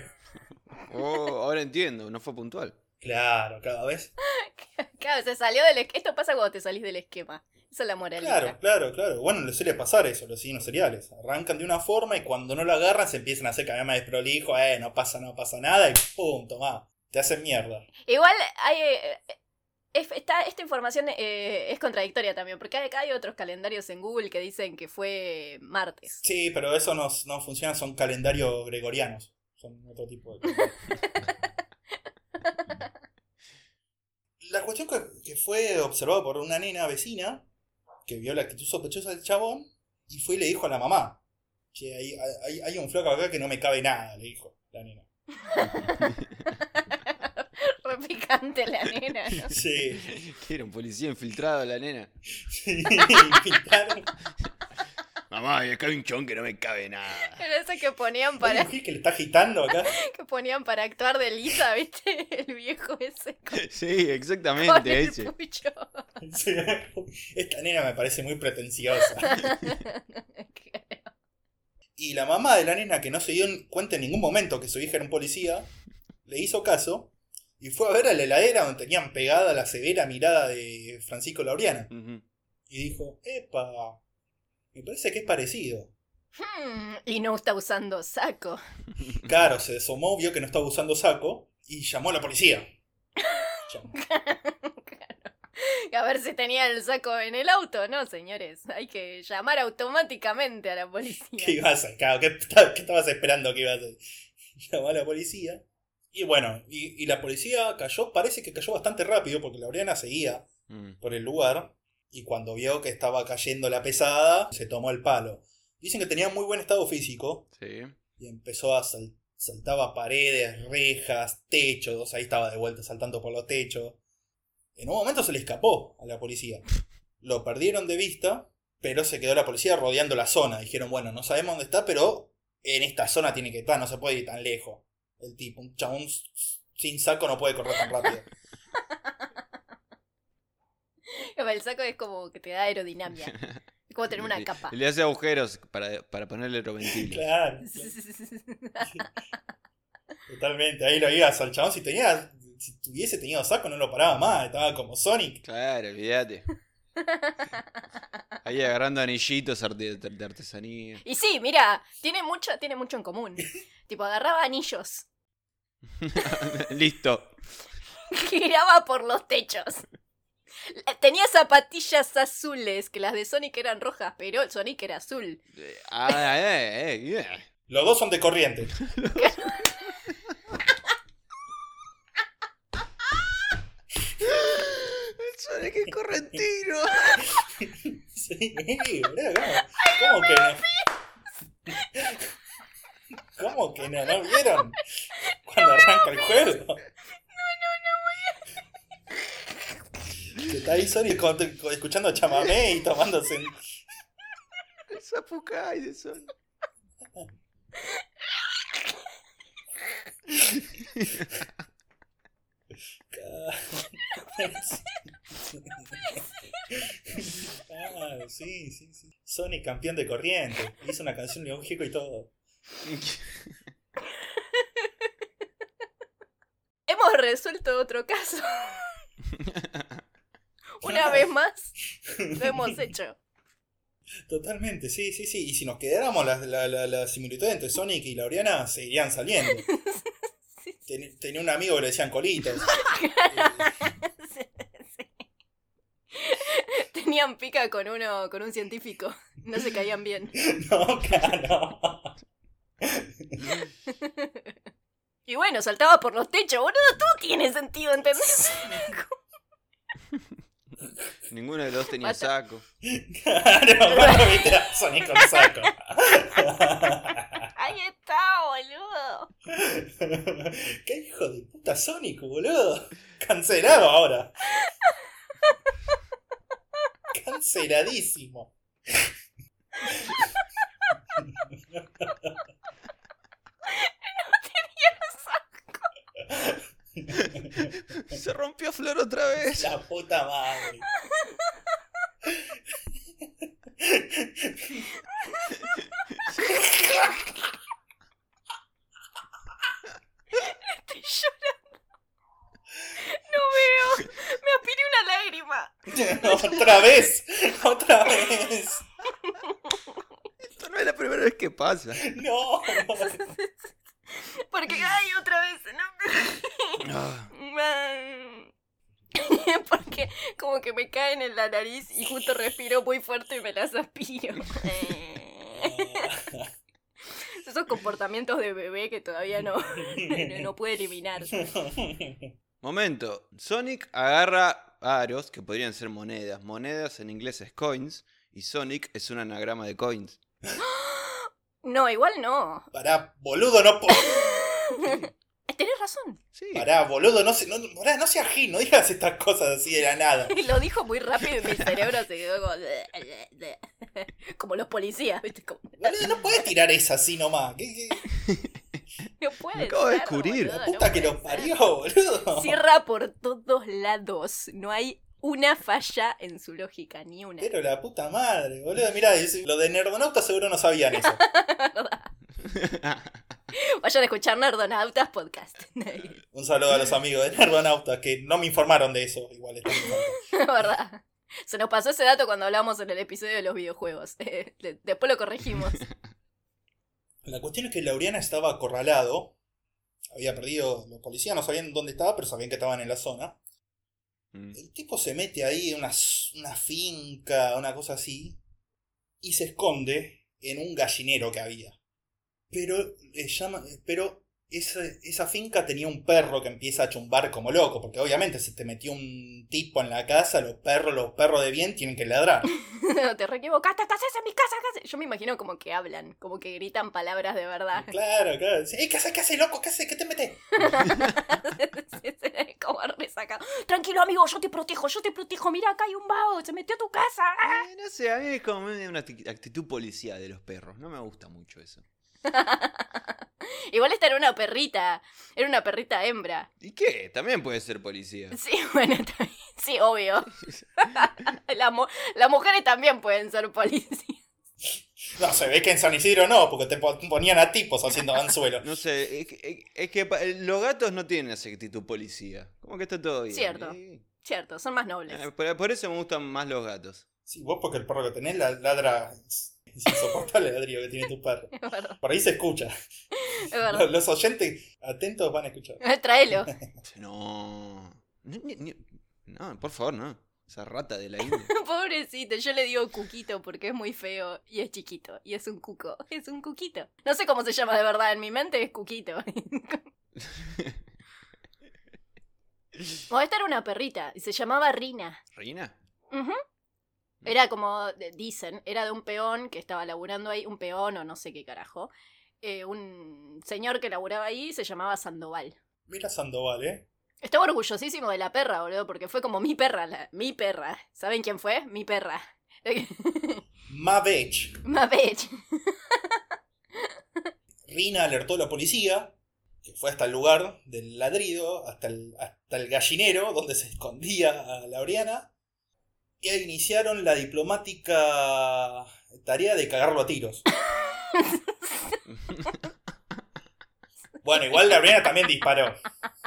Oh, ahora entiendo, no fue puntual.
Claro, cada vez.
Claro, se salió del esquema. Esto pasa cuando te salís del esquema. Esa es la moralidad.
Claro, claro, claro. Bueno, les suele pasar eso, los signos seriales. Arrancan de una forma y cuando no lo agarran se empiezan a hacer cada vez más desprolijo, eh, no pasa, no pasa nada y pum, tomá. Te hacen mierda.
Igual hay, eh, es- está, esta información eh, es contradictoria también, porque hay- acá hay otros calendarios en Google que dicen que fue martes.
Sí, pero eso no, no funciona, son calendarios gregorianos. Son otro tipo de. La cuestión que, que fue observada por una nena vecina que vio la actitud sospechosa del chabón y fue y le dijo a la mamá: Che, hay, hay- hay un flaco acá que no me cabe nada, le dijo la nena.
Repicante la nena, ¿no?
Sí,
Que era un policía infiltrado la nena.
sí, y pintaron.
Mamá, y acá hay un chon que no me cabe nada.
Era eso que ponían
¿Para
para,
qué que le está agitando acá?
que ponían para actuar de Lisa, ¿viste? El viejo ese con,
Sí,
con
exactamente,
el
ese.
pucho.
Sí. Esta nena me parece muy pretenciosa. Y la mamá de la nena, que no se dio cuenta en ningún momento que su hija era un policía, le hizo caso y fue a ver a la heladera donde tenían pegada la severa mirada de Francisco Laureana.
Ujú.
Y dijo, epa, me parece que es parecido.
Hmm, y no está usando saco.
Claro, se desomó, vio que no estaba usando saco y llamó a la policía. Llamó.
A ver si tenía el saco en el auto, no, señores. Hay que llamar automáticamente a la policía.
¿Qué ibas a claro, ¿Qué, ta- qué estabas esperando que ibas a llamar a la policía? Y bueno, y, y la policía cayó, parece que cayó bastante rápido porque Laureana seguía
Mm.
por el lugar y cuando vio que estaba cayendo la pesada, se tomó el palo. Dicen que tenía muy buen estado físico
Sí.
y empezó a sal- saltaba paredes, rejas, techos, ahí estaba de vuelta saltando por los techos. En un momento se le escapó a la policía. Lo perdieron de vista, pero se quedó la policía rodeando la zona. Dijeron, bueno, no sabemos dónde está, pero en esta zona tiene que estar, no se puede ir tan lejos. El tipo, un chabón s- s- sin saco no puede correr tan rápido.
El saco es como que te da aerodinámica. Es como tener una
Le-
capa.
Le hace agujeros para, para ponerle aeroventiles.
Claro. Totalmente, ahí lo ibas al chabón. Si tenía, si tuviese tenido saco, no lo paraba más, estaba como Sonic.
Claro, olvídate. Ahí agarrando anillitos arte- de artesanía.
Y sí, mira, tiene mucho, tiene mucho en común. Tipo, agarraba anillos,
Listo.
giraba por los techos. Tenía zapatillas azules, que las de Sonic eran rojas, pero el Sonic era azul.
Eh, Ah, eh, eh, yeah.
Los dos son de corriente.
Suena que es correntino.
Sí, boludo, ¿cómo? ¿Cómo que no? ¿Cómo que no? ¿No vieron? Cuando arranca el juego. Que está ahí Sonic con- con- escuchando chamamé y tomándose. un-
Es apucay de sol.
Ah, sí, sí, sí. Sonic campeón de corriente. Hizo una canción de un jico y todo.
Hemos resuelto otro caso. Una vez más, lo hemos hecho.
Totalmente, sí, sí, sí. Y si nos quedáramos las la, la, la similitud entre Sonic y Laureana, seguirían saliendo. Ten- tenía un amigo que le decían colitas.
Tenían pica con uno, con un científico. No se caían bien.
Eh, no, claro.
Y bueno, saltaba por los techos, boludo, todo tiene sentido, ¿entendés?
Ninguno de los dos tenía
Basta.
saco.
Claro, bueno, viste a Sonic con saco.
Ahí está, boludo.
¿Qué hijo de puta Sonic, boludo? Cancelado ahora. Canceladísimo.
Se rompió Flor otra vez.
La puta madre.
Estoy llorando. No veo. Me aspiré una lágrima.
Otra vez. Otra vez.
Esto no es la primera vez que pasa.
No.
Porque, ay, otra vez. No.
Ah,
Porque como que me caen en la nariz y justo respiro muy fuerte y me las aspiro. Esos comportamientos de bebé que todavía no, no puede eliminar.
Momento. Sonic agarra aros, que podrían ser monedas. Monedas en inglés es coins. Y Sonic es un anagrama de coins.
No, igual no.
Pará, boludo, no. po-
Tenés razón.
Sí.
Pará, boludo, no se, no, pará, no seas gil, no digas estas cosas así de la nada.
Lo dijo muy rápido y mi cerebro se quedó como... Como los policías, ¿viste? Como-
Boludo, no puedes tirar esa así nomás. ¿Qué, qué?
No puede
Me acabo de
ser,
descubrir.
boludo,
La
no
puta que lo
puede ser.
parió, boludo.
Cierra por todos lados. No hay una falla en su lógica, ni una.
Pero la puta madre, boludo. Mirá, dice, lo de Nerdonauta seguro no sabían eso.
Vayan a escuchar Nerdonautas Podcast.
Un saludo a los amigos de Nerdonauta que no me informaron de eso. Igual están informados.
La verdad. Se nos pasó ese dato cuando hablamos en el episodio de los videojuegos. Eh, De- Después lo corregimos.
La cuestión es que Laureana estaba acorralado. Había perdido los policías, no sabían dónde estaba, pero sabían que estaban en la zona.
Mm.
El tipo se mete ahí en una, s- una finca, una cosa así, y se esconde en un gallinero que había. Pero, le llama, pero esa, esa finca tenía un perro que empieza a chumbar como loco, porque obviamente si te metió un tipo en la casa, los perros, los perros de bien tienen que ladrar.
Te re equivocaste, ¿qué haces en mi casa? ¿Qué haces? Yo me imagino como que hablan, como que gritan palabras de verdad.
Claro, claro. Sí, "Ey, ¿Qué haces, qué haces, loco? ¿Qué haces? ¿Qué te metes?
como resacado. Tranquilo, amigo, yo te protejo, yo te protejo. Mira, acá hay un vago, se metió a tu casa.
Eh, no sé, a mí es como una acti- actitud policía de los perros. No me gusta mucho eso.
Igual esta era una perrita, era una perrita hembra.
¿Y qué? También puede ser policía.
Sí, bueno, también- sí, obvio. La mu- las mujeres también pueden ser policías.
No, se ve que en San Isidro no, porque te pon- ponían a tipos haciendo anzuelo.
No sé, es que, es- es que pa- los gatos no tienen esa actitud policía. Como que está todo bien.
Cierto.
¿eh?
Cierto, son más nobles.
Eh, por, por eso me gustan más los gatos.
Sí, vos porque el perro que tenés la- ladra. Es insoportable el ladrillo que tiene tu perro.
Es verdad,
Por ahí se escucha.
es verdad. Eh,
Los, los oyentes atentos van a escuchar.
Traelo.
No. Ni- ni- ni- No, por favor, no. Esa rata de la India.
Pobrecito, yo le digo cuquito porque es muy feo y es chiquito y es un cuco, es un cuquito. No sé cómo se llama de verdad, en mi mente es cuquito. O esta era una perrita y se llamaba Rina.
¿Reina?
Ujú. Era como de- dicen, era de un peón que estaba laburando ahí, un peón o no sé qué carajo. Eh, un señor que laburaba ahí se llamaba Sandoval.
Mira Sandoval, ¿eh?
Estaba orgullosísimo de la perra, boludo, porque fue como mi perra, la- mi perra. ¿Saben quién fue? Mi perra.
Mavech.
Mavech.
Rina alertó a la policía, que fue hasta el lugar del ladrido, hasta el, hasta el gallinero, donde se escondía a Laureana. Y ahí iniciaron la diplomática tarea de cagarlo a tiros. Bueno, igual Laureana también disparó.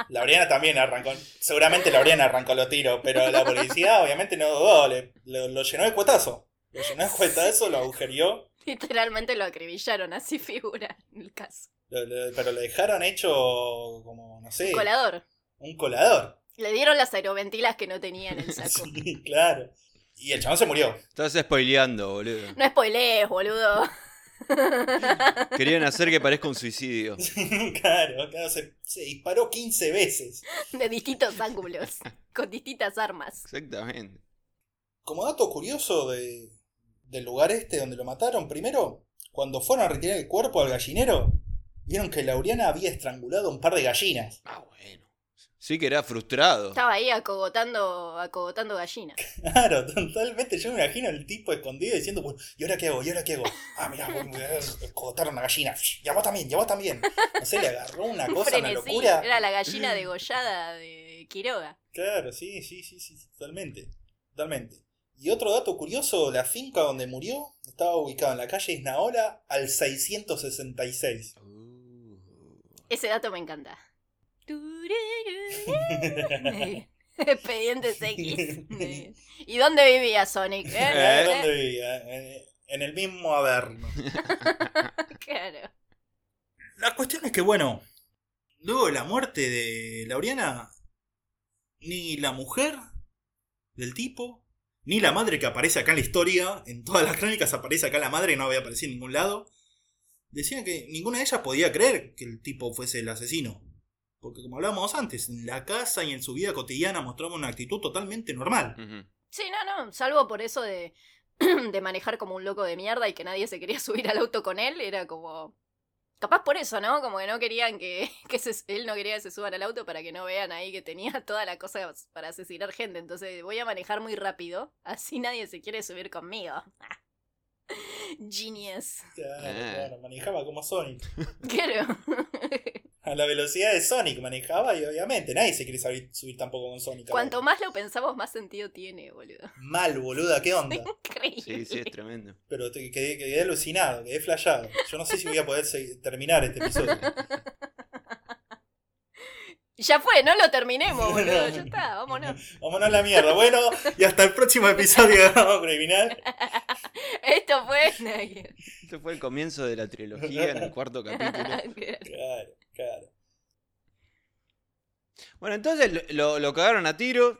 Laureana también arrancó. Seguramente Laureana arrancó los tiros, pero la policía obviamente no dudó. le- lo, lo llenó de cuetazo. Lo llenó de cuetazo, lo agujerió.
Literalmente lo acribillaron, así figura en el caso.
lo- lo- pero lo dejaron hecho como, no sé,
Colador.
un colador.
Le dieron las aeroventilas que no tenía en el saco.
Sí, claro. Y el chabón se murió.
Estás spoileando, boludo.
No spoilees, boludo.
Querían hacer que parezca un suicidio.
claro, claro, se, se disparó 15 veces.
De distintos ángulos. Con distintas armas.
Exactamente.
Como dato curioso de, del lugar este donde lo mataron, primero, cuando fueron a retirar el cuerpo al gallinero, vieron que Laureana había estrangulado un par de gallinas.
Ah, bueno. Sí que era frustrado.
Estaba ahí acogotando, acogotando gallinas.
Claro, totalmente. Yo me imagino el tipo escondido diciendo, "Bueno, ¿y ahora qué hago? ¿Y ahora qué hago? Ah, mirá, vos me vas a cogotar una gallina. Ya vos también, ya vos también. No sé, le agarró una cosa, una
Frenesí.
locura.
Era la gallina degollada de de Quiroga.
Claro, sí, sí, sí, sí, totalmente. Totalmente. Y otro dato curioso, la finca donde murió estaba ubicada en la calle Isnaola al 666.
Uh.
Ese dato me encanta. Expedientes X. Muy bien. ¿Y dónde vivía Sonic? eh?
¿Eh? ¿Dónde vivía? En- En el mismo Averno.
Claro.
La cuestión es que, bueno, luego de la muerte de Laureana, ni la mujer del tipo, ni la madre que aparece acá en la historia, en todas las crónicas aparece acá la madre, no había aparecido en ningún lado, decían que ninguna de ellas podía creer que el tipo fuese el asesino. Porque como hablábamos antes, en la casa y en su vida cotidiana mostraba una actitud totalmente normal.
Ujú.
Sí, no, no. Salvo por eso de, de manejar como un loco de mierda y que nadie se quería subir al auto con él. Era como. Capaz por eso, ¿no? Como que no querían que, que se- él no quería que se suban al auto para que no vean ahí que tenía toda la cosa para asesinar gente. Entonces voy a manejar muy rápido. Así nadie se quiere subir conmigo. Genius.
Ah. claro,
manejaba como Sonic.
Claro.
A la velocidad de Sonic manejaba y obviamente nadie se quiere subir tampoco con Sonic.
Cuanto más lo pensamos, más sentido tiene, boludo.
Mal, boluda, ¿qué onda?
Increíble.
Sí, sí, es tremendo.
Pero te- quedé, quedé alucinado, quedé flayado. Yo no sé si voy a poder segui- terminar este episodio.
Ya fue, no lo terminemos, boludo. Ya está, vámonos.
Vámonos a la mierda. Bueno, y hasta el próximo episodio de Vamos Criminal.
Esto fue Nugget.
Este fue el comienzo de la trilogía en el cuarto capítulo.
Claro, claro.
Bueno, entonces lo, lo, lo cagaron a tiro.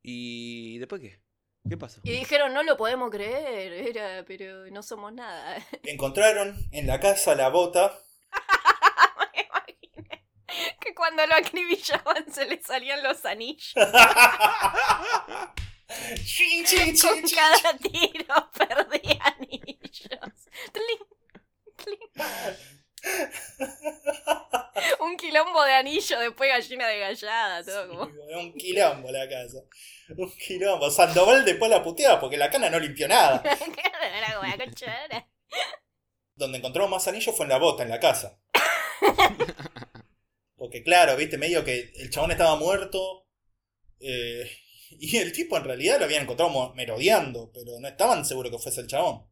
¿Y después qué? ¿Qué pasó?
Y dijeron, no lo podemos creer, era, pero no somos nada.
Encontraron en la casa la bota.
Me imaginé que cuando lo acribillaban se le salían los anillos
Chin, chin,
con
chin, chin.
cada tiro, perdí anillos. Tling, tling. Un quilombo de anillo, después gallina de gallada, todo como...
Un quilombo la casa. Un quilombo. Sandoval después la puteaba porque la cana no limpió nada.
Era como la concha de la-
Donde encontró más anillos fue en la bota, en la casa. Porque claro, viste, medio que el chabón estaba muerto. eh, y el tipo en realidad lo habían encontrado mo- merodeando, pero no estaban seguros que fuese el chabón.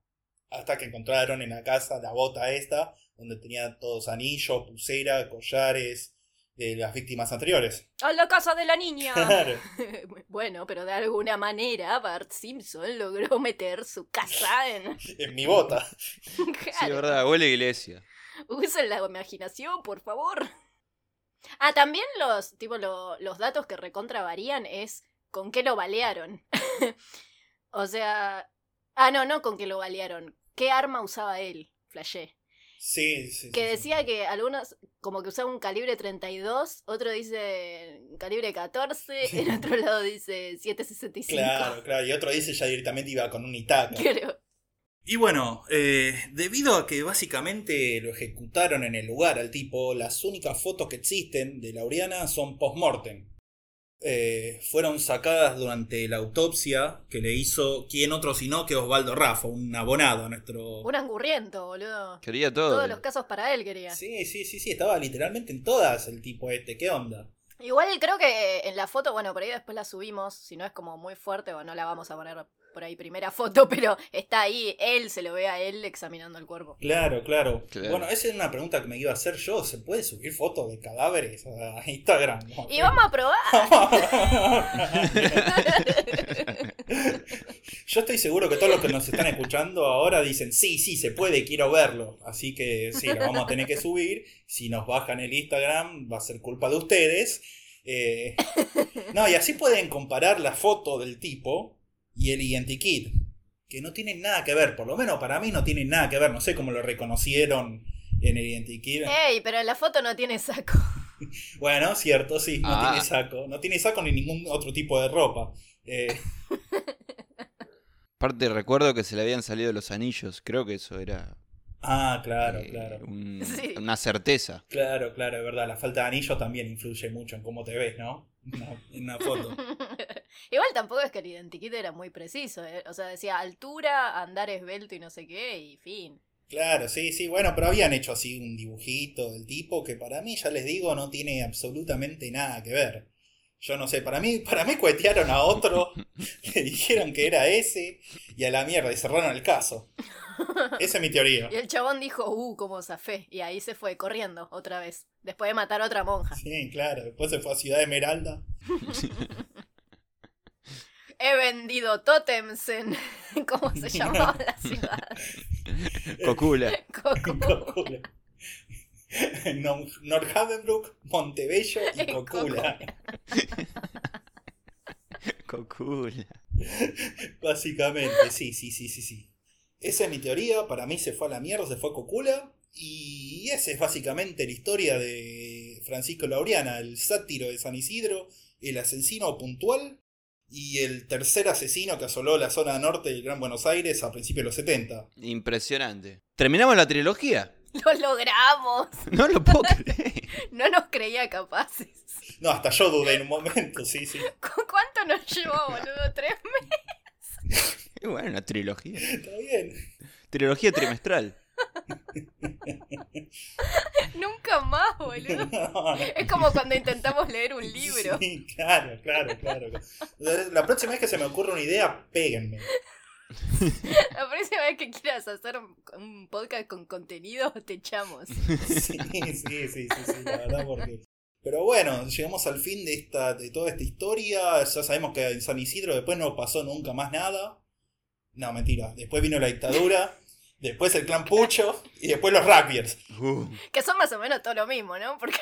Hasta que encontraron en la casa la bota esta, donde tenía todos anillos, pulsera, collares de las víctimas anteriores.
A la casa de la niña.
Claro.
Bueno, pero de alguna manera Bart Simpson logró meter su casa en...
En mi bota.
Sí, es verdad, huele a iglesia.
Usen la imaginación, por favor. Ah, también los, tipo, lo- los datos que recontra varían es con qué lo balearon. o sea. Ah, no, no con qué lo balearon. ¿Qué arma usaba él? Flashé.
Sí, sí.
Que
sí, sí.
decía que algunos, como que usaba un calibre 32, otro dice calibre 14, el otro lado dice 765.
Claro, claro. Y otro dice ya directamente iba con un itaca.
Creo.
Y bueno, eh, debido a que básicamente lo ejecutaron en el lugar al tipo, las únicas fotos que existen de Laureana son post-mortem. Eh, fueron sacadas durante la autopsia que le hizo quien otro sino que Osvaldo Rafa, un abonado a nuestro...
Un angurriento, boludo.
Quería todo.
Todos los casos para él quería.
Sí, sí, sí, sí, estaba literalmente en todas el tipo este, ¿qué onda?
Igual creo que en la foto, bueno, por ahí después la subimos, si no es como muy fuerte o no la vamos a poner por ahí primera foto, pero está ahí, él se lo ve a él examinando el cuerpo.
Claro, claro,
Claro.
Bueno, esa es una pregunta que me iba a hacer yo. ¿Se puede subir fotos de cadáveres a Instagram? No,
Y vamos a probar.
Yo estoy seguro que todos los que nos están escuchando ahora dicen, sí, sí, se puede, quiero verlo. Así que sí, lo vamos a tener que subir. Si nos bajan el Instagram, va a ser culpa de ustedes. Eh, no, y así pueden comparar la foto del tipo y el identikit, que no tienen nada que ver, por lo menos para mí no tienen nada que ver. No sé cómo lo reconocieron en el identikit.
Ey, pero en la foto no tiene saco.
Bueno, cierto, sí, no
Ah.
tiene saco. No tiene saco ni ningún otro tipo de ropa. Eh,
Aparte recuerdo que se le habían salido los anillos. Creo que eso era
ah, claro,
eh,
claro.
un-
Sí.
una certeza.
Claro, claro, es verdad. La falta de anillo también influye mucho en cómo te ves, ¿no? Una- En una foto.
Igual tampoco es que el identikit era muy preciso, eh. o sea, decía altura, andar esbelto y no sé qué, y fin.
Claro, sí, sí. Bueno, pero habían hecho así un dibujito del tipo que para mí, ya les digo, no tiene absolutamente nada que ver. Yo no sé, para mí, para mí cuetearon a otro, le dijeron que era ese y a la mierda, y cerraron el caso. Esa es mi teoría.
Y el chabón dijo, uh, como zafé. Y ahí se fue corriendo otra vez. Después de matar a otra monja.
Sí, claro, después se fue a Ciudad Esmeralda.
He vendido tótems en. ¿Cómo se llamaba la ciudad?
Cocula.
Cocula.
No- Northavenbrook, Montebello y
Y
Cocula.
Cocula.
Básicamente, sí, sí, sí, sí, sí. Esa es mi teoría, para mí se fue a la mierda, se fue a Cocula. Y esa es básicamente la historia de Francisco Laureana, el sátiro de San Isidro, el asesino puntual y el tercer asesino que asoló la zona norte del Gran Buenos Aires a principios de los 70.
Impresionante. ¿Terminamos la trilogía?
Lo logramos.
No lo puedo creer.
No nos creía capaces.
No, hasta yo dudé en un momento, sí, sí.
¿Cu- ¿Cuánto nos llevó, boludo? ¿Tres meses?
Y bueno, una trilogía.
Está bien.
Trilogía trimestral.
Nunca más, boludo.
No, no.
Es como cuando intentamos leer un libro.
Sí, claro, claro, claro. La- La próxima vez que se me ocurra una idea, péguenme.
La próxima vez que quieras hacer un- un podcast con contenido, te echamos.
Sí, sí, sí, sí, sí, la verdad, porque. Pero bueno, llegamos al fin de esta, de toda esta historia. Ya sabemos que en San Isidro después no pasó nunca más nada. No, mentira. Después vino la dictadura, después el clan Pucho y después los rugbyers.
Uh,
Que son más o menos todo lo mismo, ¿no? Porque.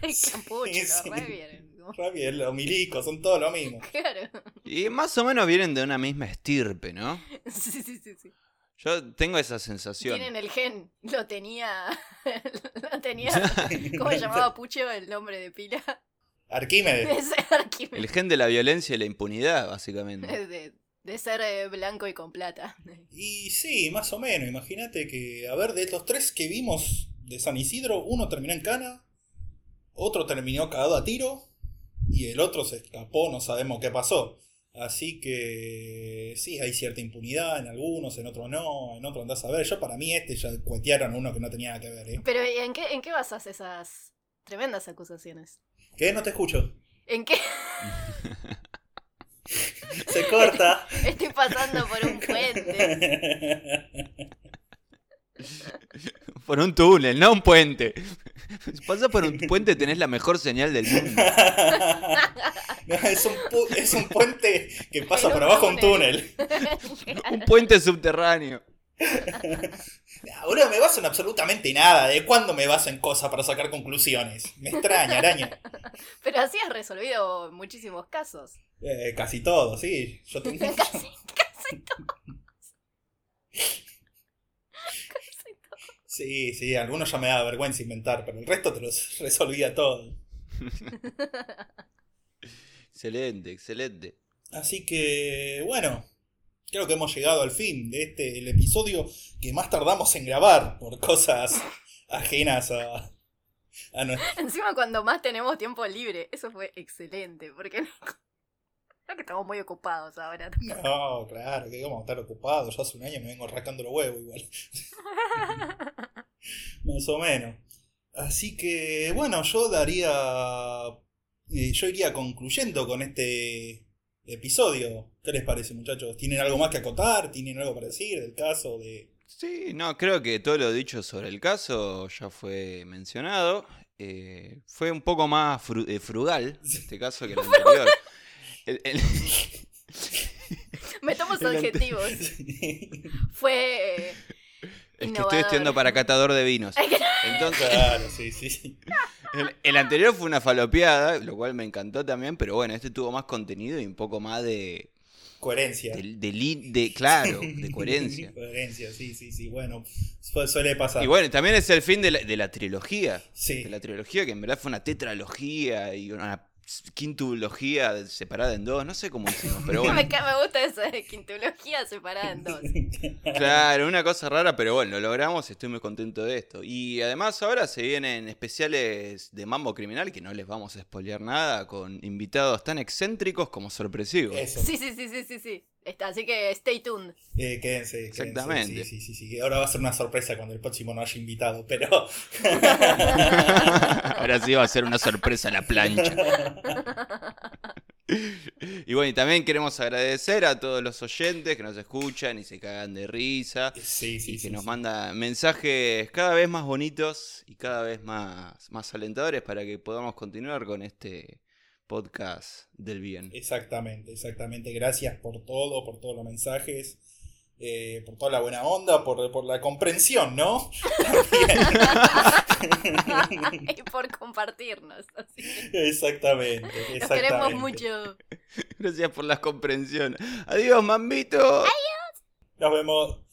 Campucho,
Sí,
los
sí.
re bien, ¿no?
Rugbyers, los milicos, son todos lo mismo.
Claro.
y más o menos vienen de una misma estirpe, ¿no?
Sí, sí, sí, sí.
Yo tengo esa sensación.
Tienen el gen. Lo tenía. Lo tenía. ¿Cómo se llamaba Pucho el nombre de pila?
Arquímedes.
De ser Arquímedes.
El gen de la violencia y la impunidad, básicamente.
De, de ser eh, blanco y con plata.
Y sí, más o menos. Imagínate que, a ver, de estos tres que vimos de San Isidro, uno terminó en cana, otro terminó cagado a tiro y el otro se escapó, no sabemos qué pasó. Así que sí, hay cierta impunidad en algunos, en otros no, en otros andás a ver. Yo para mí este ya cuetearon a uno que no tenía nada que ver, ¿eh?
Pero ¿y ¿en qué, en qué basas esas tremendas acusaciones?
¿Qué? No te escucho.
¿En qué
Se corta.
estoy pasando por un puente?
Por un túnel, no un puente. Si pasas por un puente tenés la mejor señal del mundo.
No, es, un pu- es un puente que pasa
En un
por abajo un
túnel.
túnel.
Un puente subterráneo.
Nah, Ah, Boludo, me baso en absolutamente nada. ¿De cuándo me baso en cosas para sacar conclusiones? Me extraña, araña.
Pero así has resolvido muchísimos casos.
Eh, casi todo, sí. Yo tengo...
Casi, casi todos. Casi todos.
Sí, sí, algunos ya me da vergüenza inventar, pero el resto te los resolvía todo.
Excelente, excelente.
Así que, bueno, creo que hemos llegado al fin de este el episodio que más tardamos en grabar por cosas ajenas a, a nuestro...
Encima cuando más tenemos tiempo libre, eso fue excelente, porque creo que estamos muy ocupados ahora.
No, claro, que vamos a estar ocupados. Yo hace un año me vengo arrancando los huevos igual. Más o menos. Así que, bueno, yo daría. eh, yo iría concluyendo con este episodio. ¿Qué les parece, muchachos? ¿Tienen algo más que acotar? ¿Tienen algo para decir del caso? De...
Sí, no, creo que todo lo dicho sobre el caso ya fue mencionado. Eh, fue un poco más fru- eh, frugal este caso que el anterior. El- el-
Metamos adjetivos. Fue... eh,
es que
Innovador.
estoy estudiando para catador de vinos. Entonces,
Claro, sí, sí, sí.
el, el anterior fue una falopeada, lo cual me encantó también, pero bueno, este tuvo más contenido y un poco más de.
Coherencia.
de, de li- de- claro, de coherencia.
Coherencia, sí, sí, sí. Bueno, su- suele pasar.
Y bueno, también es el fin de la, de la trilogía.
Sí.
De la trilogía que en verdad fue una tetralogía y una quintulogía separada en dos, no sé cómo hicimos, pero
me,
bueno.
ca- me gusta esa quintología separada en dos.
Claro, una cosa rara, pero bueno, lo logramos, estoy muy contento de esto. Y además ahora se vienen especiales de Mambo Criminal, que no les vamos a spoilear nada, con invitados tan excéntricos como sorpresivos.
Eso.
Sí, sí, sí, sí, sí, sí. Está, así que stay tuned.
Eh, quédense, quédense,
Exactamente.
Sí, sí, sí, sí. Ahora va a ser una sorpresa cuando el próximo no haya invitado, pero
ahora sí va a ser una sorpresa a la plancha. Y bueno, y también queremos agradecer a todos los oyentes que nos escuchan y se cagan de risa.
Sí, sí,
y
sí,
que nos
sí.
manda mensajes cada vez más bonitos y cada vez más, más alentadores para que podamos continuar con este podcast del bien.
Eh. Exactamente, exactamente. Gracias por todo, por todos los mensajes, eh, por toda la buena onda, por, por la comprensión, ¿no?
y por compartirnos. así que
Exactamente,
Los
exactamente.
queremos mucho.
Gracias por la comprensión. Adiós, mambito.
Nos vemos.